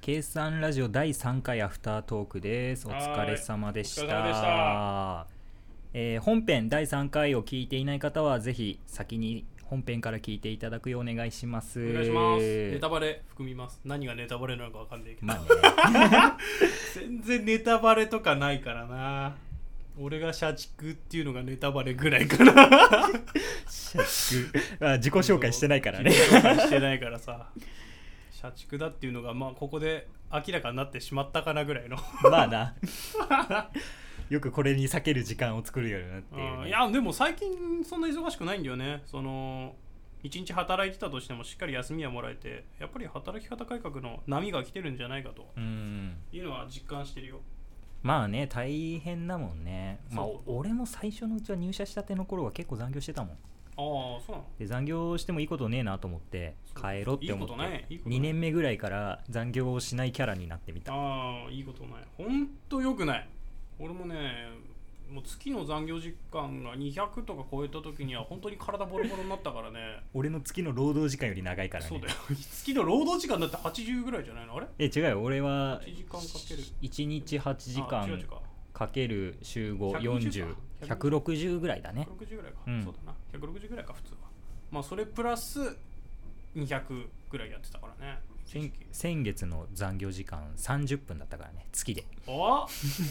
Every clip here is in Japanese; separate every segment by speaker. Speaker 1: 計算ラジオ第3回アフタートークですお疲れ様でした
Speaker 2: はいお疲れ様でした
Speaker 1: えー本編第3回を聞いていない方はぜひ先に本編から聞いていただくようお願いします
Speaker 2: お願いします
Speaker 3: ネタバレ含みます何がネタバレなのかわかんないけど、
Speaker 1: まあね
Speaker 3: 全然ネタバレとかないからな俺が社畜っていうのがネタバレぐらいかな
Speaker 1: あ自己紹介してないからね
Speaker 3: 自己紹介してないからさ社畜だっていうのがまあここで明らかになってしまったかなぐらいの
Speaker 1: まあなよくこれに避ける時間を作るようになっていうね、
Speaker 3: あーいやでも最近そんな忙しくないんだよねその一日働いてたとしてもしっかり休みはもらえてやっぱり働き方改革の波が来てるんじゃないかと
Speaker 1: うん
Speaker 3: いうのは実感してるよ
Speaker 1: まあね大変だもんねまあ
Speaker 3: そう
Speaker 1: 俺も最初のうちは入社したての頃は結構残業してたもん
Speaker 3: ああそうなの
Speaker 1: で残業してもいいことねえなと思って
Speaker 3: そう
Speaker 1: 帰ろうって思って
Speaker 3: いいことないいいことない
Speaker 1: 2年目ぐらいから残業をしないキャラになってみた
Speaker 3: ああいいことないほんとよくない俺もねもう月の残業時間が200とか超えた時には本当に体ボロボロになったからね
Speaker 1: 俺の月の労働時間より長いからね
Speaker 3: そうだよ月の労働時間だって80ぐらいじゃないのあれ
Speaker 1: え違うよ俺は
Speaker 3: 1時間かける
Speaker 1: 1日8時
Speaker 3: あ違う違う
Speaker 1: 間
Speaker 3: か
Speaker 1: かける週
Speaker 3: 120
Speaker 1: 54060
Speaker 3: か
Speaker 1: ぐらいだね
Speaker 3: 160ぐらいか、
Speaker 1: うん
Speaker 3: そうだな160ぐらいか普通はまあそれプラス200ぐらいやってたからね一時
Speaker 1: 先
Speaker 3: 期
Speaker 1: 先月の残業時間30分だったからね月で
Speaker 3: あ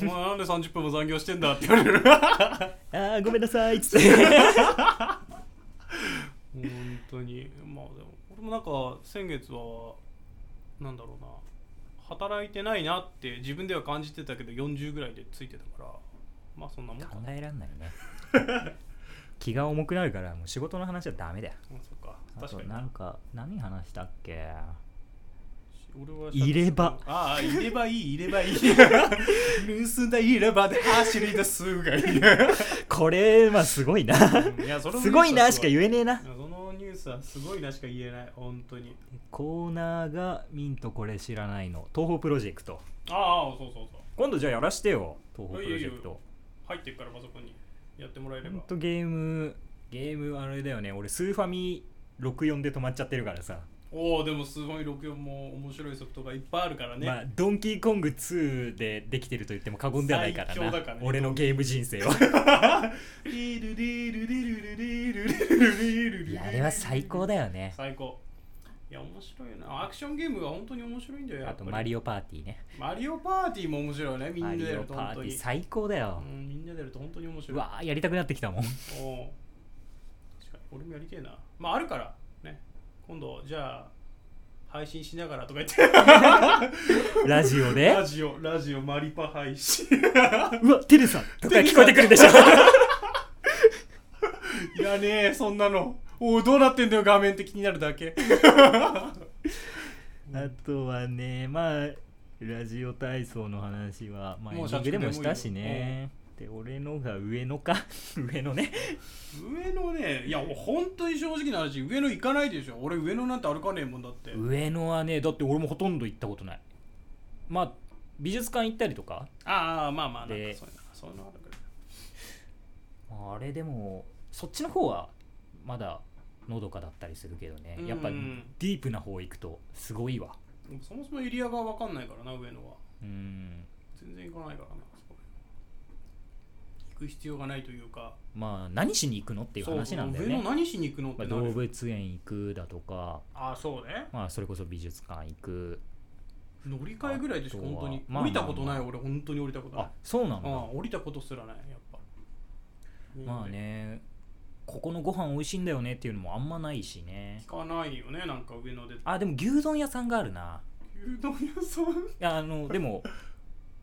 Speaker 3: お前なんで30分も残業してんだって言われる
Speaker 1: あーごめんなさいっつって
Speaker 3: 本当にまあでも俺もなんか先月はなんだろうな働いてないなって自分では感じてたけど40ぐらいでついてたからまあそんなもんか
Speaker 1: 考えらんない ね気が重くなるからもう仕事の話はダメだよ
Speaker 3: うんそっか
Speaker 1: あ
Speaker 3: 確
Speaker 1: と
Speaker 3: かに
Speaker 1: なんか何話したっけ
Speaker 3: 俺は
Speaker 1: 入れ歯
Speaker 3: ああ入れ歯いい入れ歯いい盗んだ入れ歯で走り出すがいい
Speaker 1: これまあすごいな
Speaker 3: いやそれも
Speaker 1: すごいなしか
Speaker 3: え
Speaker 1: 言えねえな
Speaker 3: そのニュースはすごいなしか言えない本当に
Speaker 1: コーナーがミントこれ知らないの東宝プロジェクト
Speaker 3: ああそうそうそう
Speaker 1: 今度じゃあやらしてよ東宝プロジェク
Speaker 3: いい
Speaker 1: ト
Speaker 3: 入ってっからパソコンにやってもらえれ
Speaker 1: ほ
Speaker 3: ば
Speaker 1: んとゲームゲームあれだよね俺スーファミ64で止まっちゃってるからさ、
Speaker 3: おおでもすごい64も面白いソフトがいっぱいあるからね、
Speaker 1: ま あドンキーコング2でできてると言っても過言ではないから
Speaker 3: 最強
Speaker 1: な
Speaker 3: だからね
Speaker 1: 俺のゲーム人生は
Speaker 3: リルリルリルリルリルリル
Speaker 1: いやあれは最高だよね
Speaker 3: 最高いや面白いなアクションゲームが本当に面白いんだよ
Speaker 1: あとマリ
Speaker 3: オ
Speaker 1: オパーティーね
Speaker 3: マリオパーティーも面白いねみん
Speaker 1: マ
Speaker 3: なで
Speaker 1: リ
Speaker 3: や
Speaker 1: オ
Speaker 3: ると
Speaker 1: パ
Speaker 3: 本
Speaker 1: ーテ
Speaker 3: 当
Speaker 1: ィー
Speaker 3: に
Speaker 1: 最高だよ
Speaker 3: うんみんなでやると本当に面白
Speaker 1: う
Speaker 3: い
Speaker 1: わーやりたくなってきたもん
Speaker 3: おお確かに俺もやりてえなまああるからね今度じゃあ配信しながらとか言って
Speaker 1: ラジオで
Speaker 3: ラジオラジオマリパ配信
Speaker 1: うわテレサとか 聞こえてくるで しょ
Speaker 3: いらねえそんなのおおどうなってんだよ画面って気になるだけ
Speaker 1: あとはねまあラジオ体操の話はまあエ
Speaker 3: も
Speaker 1: ン
Speaker 3: う
Speaker 1: ディ
Speaker 3: 社
Speaker 1: ング
Speaker 3: 畜で
Speaker 1: で
Speaker 3: もいい
Speaker 1: も
Speaker 3: よ
Speaker 1: したしねで俺のが上のか 上のね
Speaker 3: 上野ねいや本当に正直な話上野行かないでしょ俺上野なんて歩かねえもんだって
Speaker 1: 上野はねだって俺もほとんど行ったことないまあ美術館行ったりとか
Speaker 3: ああまあまあなん
Speaker 1: で
Speaker 3: かそういうのそういうのあるから
Speaker 1: あれでもそっちの方はまだのどかだったりするけどねやっぱ
Speaker 3: う
Speaker 1: デ
Speaker 3: ん
Speaker 1: ィープな方行くとすごいわ
Speaker 3: でもそもそもエリアが分かんないからな上野は
Speaker 1: うん
Speaker 3: 全然行かないからなそこ行く必要がないというか
Speaker 1: まあ何しに行くのっていう話なんだよ
Speaker 3: そう上
Speaker 1: ね
Speaker 3: 野何しに行くのっ
Speaker 1: ま
Speaker 3: て
Speaker 1: あ、
Speaker 3: なる、
Speaker 1: 動物園行くだとか、
Speaker 3: ああそうね
Speaker 1: まあ、それこそ美術館行く
Speaker 3: 乗り換えぐらいでしょ
Speaker 1: あとは
Speaker 3: 本当に、
Speaker 1: まあ
Speaker 3: 降りたことない、
Speaker 1: まあまあ
Speaker 3: 俺本当に降りたことない
Speaker 1: あそうなんだ
Speaker 3: ああ降りたことすらないやっぱ
Speaker 1: まあねここのご飯美味しいんだよねっていうのもあんまないしね
Speaker 3: 聞かないよねなんか上 野で
Speaker 1: あでも牛丼屋さんがあるな
Speaker 3: 牛丼屋さん
Speaker 1: いやあので も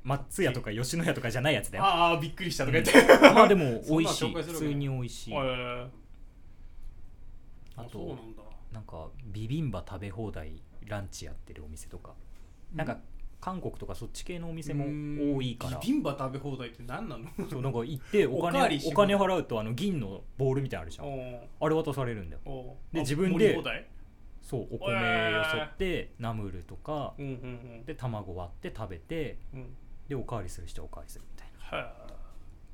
Speaker 1: 松屋とか吉野家とかじゃないやつだよ
Speaker 3: ああびっくりしたとか言って、
Speaker 1: まあでも
Speaker 3: そん
Speaker 1: 美味
Speaker 3: な
Speaker 1: しい
Speaker 3: 紹
Speaker 1: 普
Speaker 3: 介するわけな
Speaker 1: 通
Speaker 3: い
Speaker 1: に美味しい
Speaker 3: へえ
Speaker 1: あ
Speaker 3: そうな
Speaker 1: と
Speaker 3: んだ
Speaker 1: なんかビビンバ食べ放題ランチやってるお店とかなんか韓国とかそっち系のお店も多いから
Speaker 3: ビビンバ食べ放題って何なの
Speaker 1: そうなんか行ってお
Speaker 3: おかわり
Speaker 1: 金
Speaker 3: して
Speaker 1: お
Speaker 3: くれ
Speaker 1: 金
Speaker 3: る
Speaker 1: 払うとあの銀のボールみたいなのあるじゃん
Speaker 3: お
Speaker 1: あれ渡されるんだよ
Speaker 3: うおう
Speaker 1: で
Speaker 3: あ
Speaker 1: 自分で
Speaker 3: 盛り放題
Speaker 1: そうお米
Speaker 3: へ
Speaker 1: よ
Speaker 3: ー
Speaker 1: そってナムルとか
Speaker 3: うんうんうん
Speaker 1: で卵割って食べて
Speaker 3: うん
Speaker 1: でおかわりする人はおかわりするみたいな
Speaker 3: は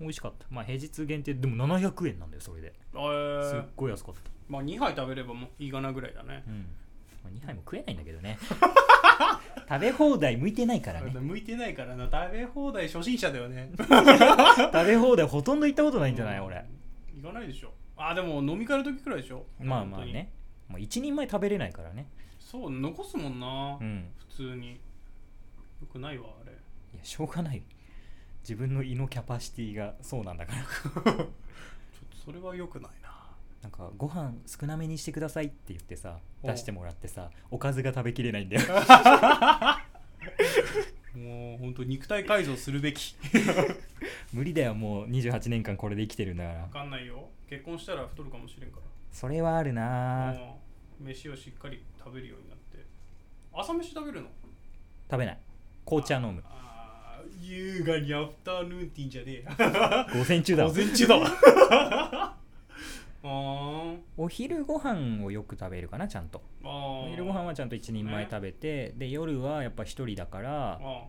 Speaker 1: 美味しかったまあ平日限定でも700円なんだよそれで
Speaker 3: あへ
Speaker 1: すっ
Speaker 3: え
Speaker 1: ごい安かった
Speaker 3: まあ2杯食べればもういいかなぐらいだね
Speaker 1: うん、まあ、2杯も食えないんだけどね食べ放題向いてないからね
Speaker 3: 向いてないからな食べ放題初心者だよね
Speaker 1: 食べ放題ほとんど行ったことないんじゃない、
Speaker 3: うん
Speaker 1: 俺
Speaker 3: 行かないでしょあでも飲み会の時くらいでしょ
Speaker 1: まあまあねもう一人前食べれないからね
Speaker 3: 本当にそう残すもんな、
Speaker 1: うん
Speaker 3: 普通によくないわあれ
Speaker 1: いやしょうがない自分の胃のキャパシティがそうなんだから
Speaker 3: ちょっとそれはよくないな
Speaker 1: なんかご飯少なめにしてくださいって言ってさ
Speaker 3: お
Speaker 1: 出してもらってさおかずが食べきれ ないんだよ
Speaker 3: もう本当肉体改造するべ き
Speaker 1: 無理だよもう28年間これで生きてるんだから
Speaker 3: わかんないよ結婚したら太るかもしれんから
Speaker 1: それはあるなぁ
Speaker 3: もう飯をしっかり食べるようになって朝飯食べるの
Speaker 1: 食べない紅茶飲む
Speaker 3: あー優雅にアフターヌーンティーンじゃね
Speaker 1: 午前中
Speaker 3: え
Speaker 1: だ
Speaker 3: や
Speaker 1: わ
Speaker 3: 午前中だわ あー
Speaker 1: お昼ご飯をよく食べるかなちゃんと
Speaker 3: あー
Speaker 1: お昼ご飯はちゃんと一人前
Speaker 3: ね
Speaker 1: 食べて、で夜はやっぱ一人だから
Speaker 3: あ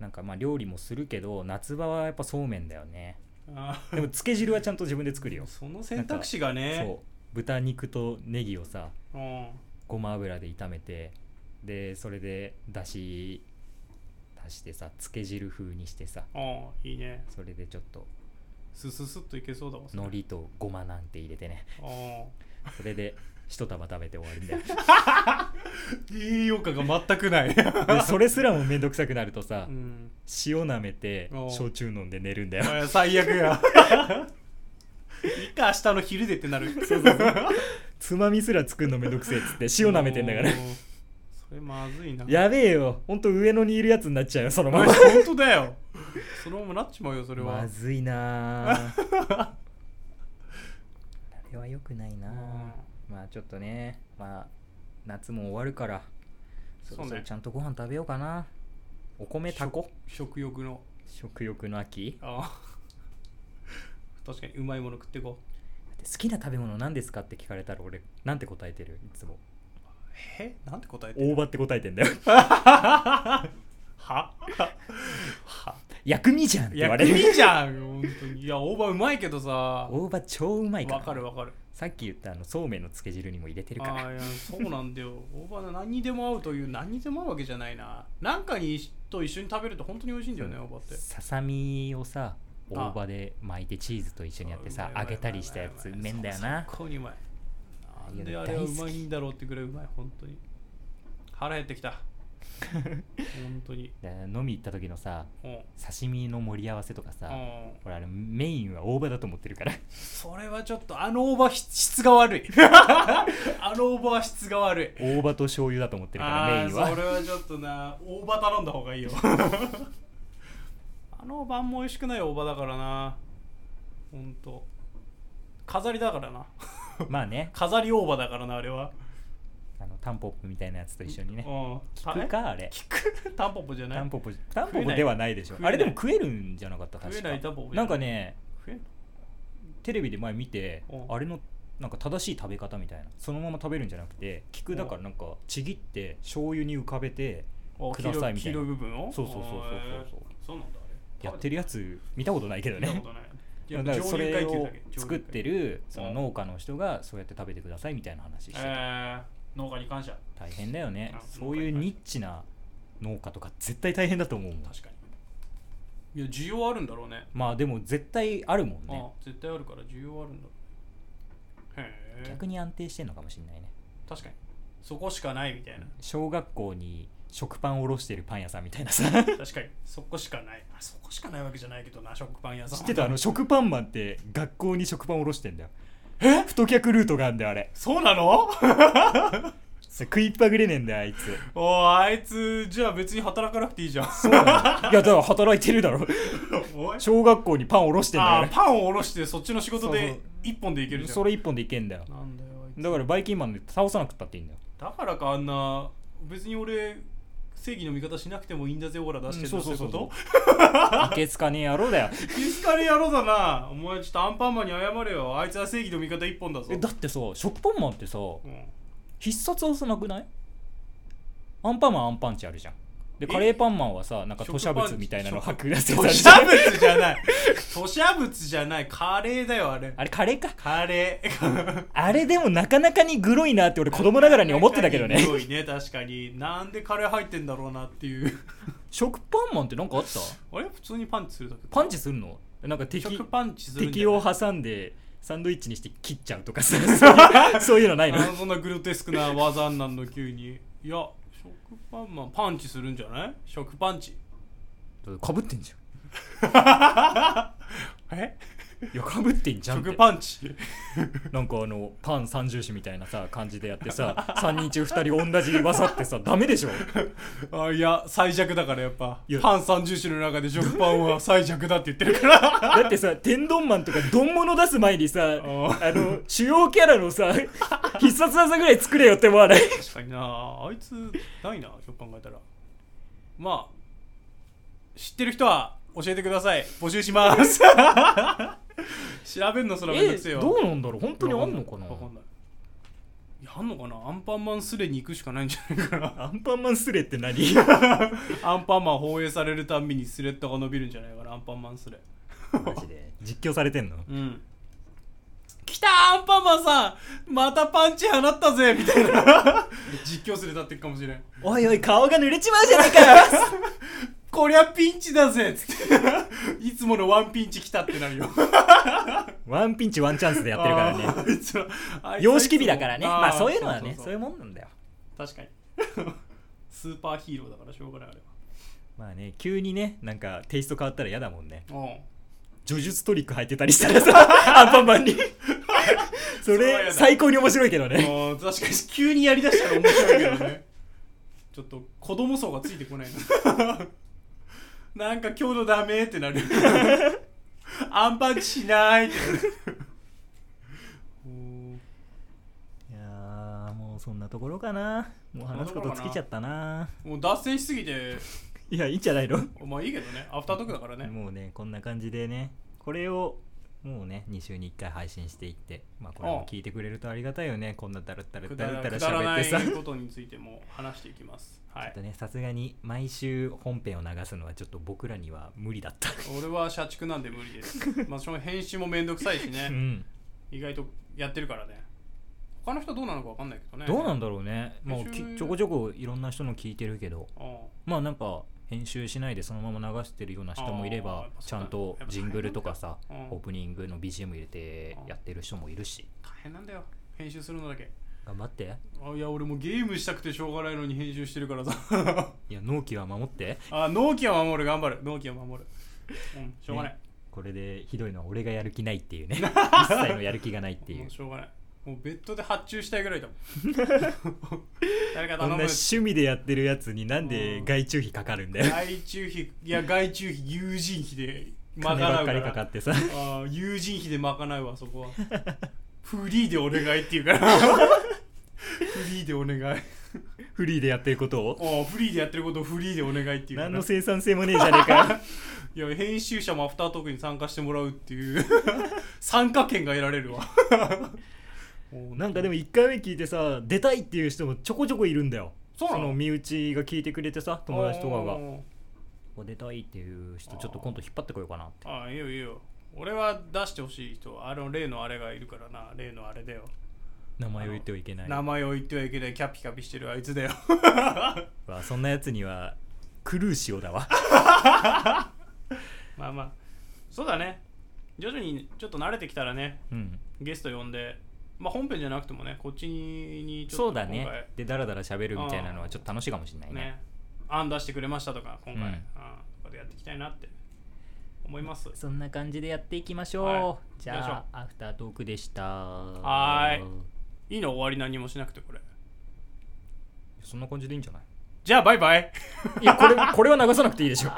Speaker 1: なんかまあ料理もするけど夏場はやっぱそうめんだよ ね
Speaker 3: ーあ
Speaker 1: でもつけ汁はちゃんと自分で作るよ
Speaker 3: ーその選択肢がね
Speaker 1: そう豚肉とネギをさ
Speaker 3: うん
Speaker 1: ごま油で炒めてでそれでだし足してさつけ汁風にしてさ
Speaker 3: あーいいね
Speaker 1: それでちょっと
Speaker 3: スススッといけそうだわそれ
Speaker 1: 海苔とごまなんて入れてね
Speaker 3: あー
Speaker 1: それで一束食べて終わりだよ
Speaker 3: 栄養価が全くない、
Speaker 1: でそれすらもめんどくさくなるとさ
Speaker 3: うん、
Speaker 1: 塩舐めて
Speaker 3: おう
Speaker 1: 焼酎飲んで寝るんだよ
Speaker 3: あ最悪やいいか明日の昼でってなる
Speaker 1: つまみすら作るのめんどくせえっつって塩舐めてんだから
Speaker 3: もうそれまずいな
Speaker 1: やべえよほんと上野にいるやつになっちゃうよその
Speaker 3: お
Speaker 1: ま
Speaker 3: 前
Speaker 1: ま
Speaker 3: 本当だよそのままなっちまうよそれは、
Speaker 1: まずいなああれは良くないなあまあちょっとねまあ夏も終わるからそろ
Speaker 3: そう
Speaker 1: そろ
Speaker 3: ね
Speaker 1: ちゃんとご飯食べようかなお米タコ
Speaker 3: 食欲の
Speaker 1: 食欲の秋
Speaker 3: あー確かにうまいもの食ってこう
Speaker 1: だって好きな食べ物何ですかって聞かれたら俺なんて答えてるいつも
Speaker 3: えなんて答えてる
Speaker 1: 大葉って答えてんだ よ
Speaker 3: はは
Speaker 1: 薬味じゃんって言わ
Speaker 3: 薬
Speaker 1: れる
Speaker 3: 味じゃん本当にいや大葉うまいけどさわ
Speaker 1: 大葉超うまいから
Speaker 3: かるわかる
Speaker 1: さっき言ったあのそうめんのつけ汁にも入れてるか
Speaker 3: あ
Speaker 1: ら
Speaker 3: あいやそうなんだよ大葉の何にでも合うという何にでも合うわけじゃないななんかにと一緒に食べると本当に美味しいんだよね大葉って
Speaker 1: ささみをさ
Speaker 3: あ
Speaker 1: 大葉で巻いてチーズと一緒にやってさ揚げたりしたやつうめえんだよな
Speaker 3: 最高にうまいなんで
Speaker 1: いや
Speaker 3: あれは
Speaker 1: 大
Speaker 3: う
Speaker 1: 好き
Speaker 3: まいんだろうってぐらいうまい本当に腹減ってきた本当に
Speaker 1: で飲み行った時のさ
Speaker 3: うん
Speaker 1: 刺身の盛り合わせとかさ
Speaker 3: うん
Speaker 1: 俺あれメインは大葉だと思ってるから
Speaker 3: それはちょっとあの大葉質質が悪い あの大葉は質が悪い
Speaker 1: 大葉と醤油だと思ってるから
Speaker 3: あ
Speaker 1: メイ
Speaker 3: ー
Speaker 1: ン
Speaker 3: そ
Speaker 1: は
Speaker 3: れはちょっとな大葉頼んだ方がいいよ あの晩も美味しくない大葉だからなほんと飾りだからな
Speaker 1: まあね
Speaker 3: 飾り大葉だからなあれは、
Speaker 1: あのタンポポみたいなやつと一緒に
Speaker 3: うん
Speaker 1: ね聞くかあれ
Speaker 3: え タンポポじゃない
Speaker 1: タンポポタンポ
Speaker 3: 食え
Speaker 1: ポ
Speaker 3: ない
Speaker 1: ではないでしょ
Speaker 3: 食えない
Speaker 1: あれでも食えるんじゃなかった確か
Speaker 3: 食えないタンポポじゃ
Speaker 1: なんかね
Speaker 3: 食えん
Speaker 1: テレビで前見て
Speaker 3: うん
Speaker 1: あれのなんか正しい食べ方みたいなそのまま食べるんじゃなくて
Speaker 3: う
Speaker 1: 菊
Speaker 3: ん
Speaker 1: だからなんかちぎって醤油に浮かべて
Speaker 3: あ
Speaker 1: くださいみた
Speaker 3: 黄
Speaker 1: いな
Speaker 3: 色黄色部分を
Speaker 1: そうそうそうそうそう
Speaker 3: あーそうなんだあれ
Speaker 1: やってるやつ見たことないけど
Speaker 3: 食べた
Speaker 1: ね
Speaker 3: ことない
Speaker 1: だからそ
Speaker 3: 上
Speaker 1: れ
Speaker 3: 流階級
Speaker 1: を
Speaker 3: だけ
Speaker 1: 作って
Speaker 3: 上流
Speaker 1: るその農家の人がそうやって食べてくださいみたいな話して
Speaker 3: 階級
Speaker 1: た
Speaker 3: えー、農家に感謝
Speaker 1: 大変だよね
Speaker 3: あ
Speaker 1: そういうニッチな農家とか絶対大変だと思うもん
Speaker 3: 確かにいや需要あるんだろうね
Speaker 1: まあでも絶対あるもんね
Speaker 3: あ絶対あるから需要あるんだへえ
Speaker 1: 逆に安定してんのかもしれないね
Speaker 3: 確かにそこしかないみたいな
Speaker 1: 小学校に食パンおろしてるパン屋さんみたいなさ
Speaker 3: 確かにそこしかないあそこしかないわけじゃないけどな食パン屋さん
Speaker 1: 知ってたあの食パンマンって学校に食パンおろしてんだよえ太客ルートがあんだよあれ
Speaker 3: そうなの
Speaker 1: それ食いっぱぐれねえんだよあいつ
Speaker 3: おいあいつじゃあ別に働かなくてい いじゃん
Speaker 1: そうなのいやだから働いてるだろ
Speaker 3: おい
Speaker 1: 小学校にパンおろしてんだよあ
Speaker 3: あ
Speaker 1: れ
Speaker 3: ーパンをおろしてそっちの仕事
Speaker 1: そうそ
Speaker 3: で
Speaker 1: う
Speaker 3: 一本でいけるじゃん
Speaker 1: それ一本でいけんだよ
Speaker 3: なんだよあいつ
Speaker 1: だからバイキンマンで倒さなくったっていいんだよ
Speaker 3: だからかあんな別に俺正義の味方しなくてもいいんだぜオーラ出してる
Speaker 1: うん
Speaker 3: って
Speaker 1: そうそ
Speaker 3: こ
Speaker 1: うそう
Speaker 3: と
Speaker 1: いけつかねえ野郎だよ
Speaker 3: 気づかれ野郎だなお前ちょっとアンパンマンに謝れよあいつは正義の味方一本だぞ
Speaker 1: えだってさ食パンマンってさ
Speaker 3: うん
Speaker 1: 必殺技なくないアンパンマンアンパンチあるじゃんででカレーパンマンはさなんか吐吐物みたいなの吐くやつ
Speaker 3: 吐
Speaker 1: じゃん
Speaker 3: 物じゃない吐砂物じゃないカレーだよあ れ
Speaker 1: あれカレーか
Speaker 3: カレー
Speaker 1: あれでもなかなかにグロいなって俺子供ながらに思ってたけどね
Speaker 3: すごいね確かになんでカレー入ってんだろうなっていう
Speaker 1: 食パンマンってなんかあった
Speaker 3: あれ普通にパンチするだけ
Speaker 1: パンチするのなんか敵
Speaker 3: 食パンチするんじ
Speaker 1: 敵
Speaker 3: ゃない
Speaker 1: を挟んでサンドイッチにして切っちゃうとかさそういう そういうのないの
Speaker 3: あのそんなグロテスクな技になんの急にいや食パンマンパンチするんじゃない食パンチ
Speaker 1: かぶってんじゃ
Speaker 3: え
Speaker 1: んいやかぶってんじゃんって
Speaker 3: 食パンチ
Speaker 1: なんかあのパン三重視みたいなさ感じでやってさ3人中2人同じ技ってさダメでしょ
Speaker 3: あいや最弱だからやっぱ
Speaker 1: いや
Speaker 3: パン30種の中で食パンは最弱だって言ってるから
Speaker 1: だってさ天丼マンとか丼物出す前にさあの主要キャラのさ必殺技ぐらい作れよって思わない
Speaker 3: 確かになあいつないなよく考えたらまあ知ってる人は教えてください募集します 調べんのそらめんどくせえ
Speaker 1: え
Speaker 3: よ
Speaker 1: どうなんだろう本当にあんのかな
Speaker 3: わかんないいやあんのかなアンパンマンスレに行くしかないんじゃないかな
Speaker 1: アンパンマンスレって何
Speaker 3: アンパンマン放映されるたんびにスレッドが伸びるんじゃないかなアンパンマンスレ
Speaker 1: マジで実況されてんの
Speaker 3: うん来たーアンパンマンさんまたパンチ放ったぜみたいな実況スレ立ってるかもしれん
Speaker 1: おいおい顔が濡れちまうじゃないかよ
Speaker 3: こりゃピンチだぜ つっていつものワンピンチ来たってなるよ
Speaker 1: ワンピンチワンチャンスでやってるからね
Speaker 3: あーあいつらあいつらいつも
Speaker 1: 様式美だからね
Speaker 3: ー
Speaker 1: まあそういうのはね
Speaker 3: そ
Speaker 1: そうう
Speaker 3: そ
Speaker 1: い
Speaker 3: うそう
Speaker 1: うもんなんだよ
Speaker 3: 確かに スーパーヒーローだからしょうがないあれ
Speaker 1: まあね急にねなんかテイスト変わったら嫌だもんね
Speaker 3: はうん
Speaker 1: 呪術トリック入ってたりしたらさ アンパンマンにそ
Speaker 3: それはや
Speaker 1: れ
Speaker 3: だ
Speaker 1: 最高に面白いけどね
Speaker 3: あー確かに急にやりだしたら面白いけどねちょっと子供層がついてこない ななんか今日のダメってなる アンパンチしないってなる おー
Speaker 1: いやーもうそんなところかなもう話すこと尽きちゃったな
Speaker 3: もう脱線しすぎて
Speaker 1: いやいいんじゃないの、
Speaker 3: まあいいけどねアフタートークだからね
Speaker 1: もうねこんな感じでねこれをもうね2週に1回配信していってまあこれも聞いてくれるとありがたいよねこんなだらだら
Speaker 3: く
Speaker 1: だ
Speaker 3: だ
Speaker 1: ら
Speaker 3: ら
Speaker 1: だら
Speaker 3: くだら
Speaker 1: 喋
Speaker 3: な
Speaker 1: ってさ
Speaker 3: いことについても話していきますは
Speaker 1: ちょっ
Speaker 3: い
Speaker 1: とねさすがに毎週本編を流すのはちょっと僕らには無理だった、
Speaker 3: 俺は社畜なんで無理です まあその編集もめんどくさいし
Speaker 1: う
Speaker 3: ね
Speaker 1: ん、
Speaker 3: 意外とやってるからね他の人どうなのか分かんないけどね
Speaker 1: どうなんんだろうねもう
Speaker 3: 編集
Speaker 1: きちょこちょこいろんな人の聞いてるけどまあなんか編集しないでそのまま流してるような人もいれ
Speaker 3: あー
Speaker 1: ば
Speaker 3: やっぱそうだ
Speaker 1: ちゃんとジングルとかさ
Speaker 3: やっぱ大変なんだ
Speaker 1: オープニングの BGM 入れてやってる人もいるし
Speaker 3: 大変なんだよ編集するのだけ
Speaker 1: 頑張って
Speaker 3: あいや俺もうゲームしたくてしょうがないのに編集して るからさ
Speaker 1: いや納期は守って
Speaker 3: あ納期は守る頑張る納期は守るうんしょうがない、
Speaker 1: ねこれでひどいのは俺がやる気ないっていう ね一切のやる気がないってい
Speaker 3: も
Speaker 1: う
Speaker 3: うしょうがないもうベッドで発注したいぐらいだもん 誰か
Speaker 1: こんな
Speaker 3: 頼む
Speaker 1: 趣味でやってるやつになんで外注費かかるんだよ
Speaker 3: 外注費いや外注費友人費で賄
Speaker 1: 金
Speaker 3: うから
Speaker 1: ばっかりかかって さ
Speaker 3: ああ友人費で賄うわそ こはフリーでお願いって言うからフリーでお願いあ
Speaker 1: フリーでやってることを
Speaker 3: あフリーでやってることをフリーでお願いっていうから
Speaker 1: 何の生産性もねえじゃねえか
Speaker 3: いや編集者もアフタートークに参加してもらうっていう 参加権が得られるわ
Speaker 1: なんかでも1回目聞いてさ出たいっていう人もちょこちょこいるんだよ
Speaker 3: そうなの
Speaker 1: の身内が聞いてくれてさ友達とかが
Speaker 3: が
Speaker 1: お出たいっていう人ちょっと今度引っ張ってこようかなって
Speaker 3: ああいいよいいよ俺は出してほしい人あの例のあれがいるからな例のあれだよ
Speaker 1: 名前を言ってはいけない
Speaker 3: 名前を言ってはいけないキャピキャピしてるあいつだよ
Speaker 1: わそんなやつにはクルーシオだわ
Speaker 3: まあまあそうだね徐々にちょっと慣れてきたらね
Speaker 1: うん
Speaker 3: ゲスト呼んでまあ本編じゃなくてもねこっちにち
Speaker 1: そ
Speaker 3: ょ
Speaker 1: う
Speaker 3: っと
Speaker 1: だ
Speaker 3: 今
Speaker 1: ねでダラダラ喋るみたいなのはちょっと楽しいかもしれな
Speaker 3: 回
Speaker 1: いね
Speaker 3: ね案出してくれましたとか今回、
Speaker 1: う
Speaker 3: うんん、とかでやっていきたいなって思います
Speaker 1: そんな感じでやっていきましょう、
Speaker 3: は
Speaker 1: じ
Speaker 3: 行きましょ
Speaker 1: ゃあアフタートークでした
Speaker 3: はーいいいの終わり何もしなくてこれ
Speaker 1: そんな感じでいいんじゃない
Speaker 3: じゃあバイバイ
Speaker 1: いやこれこれは流さなくていいでしょ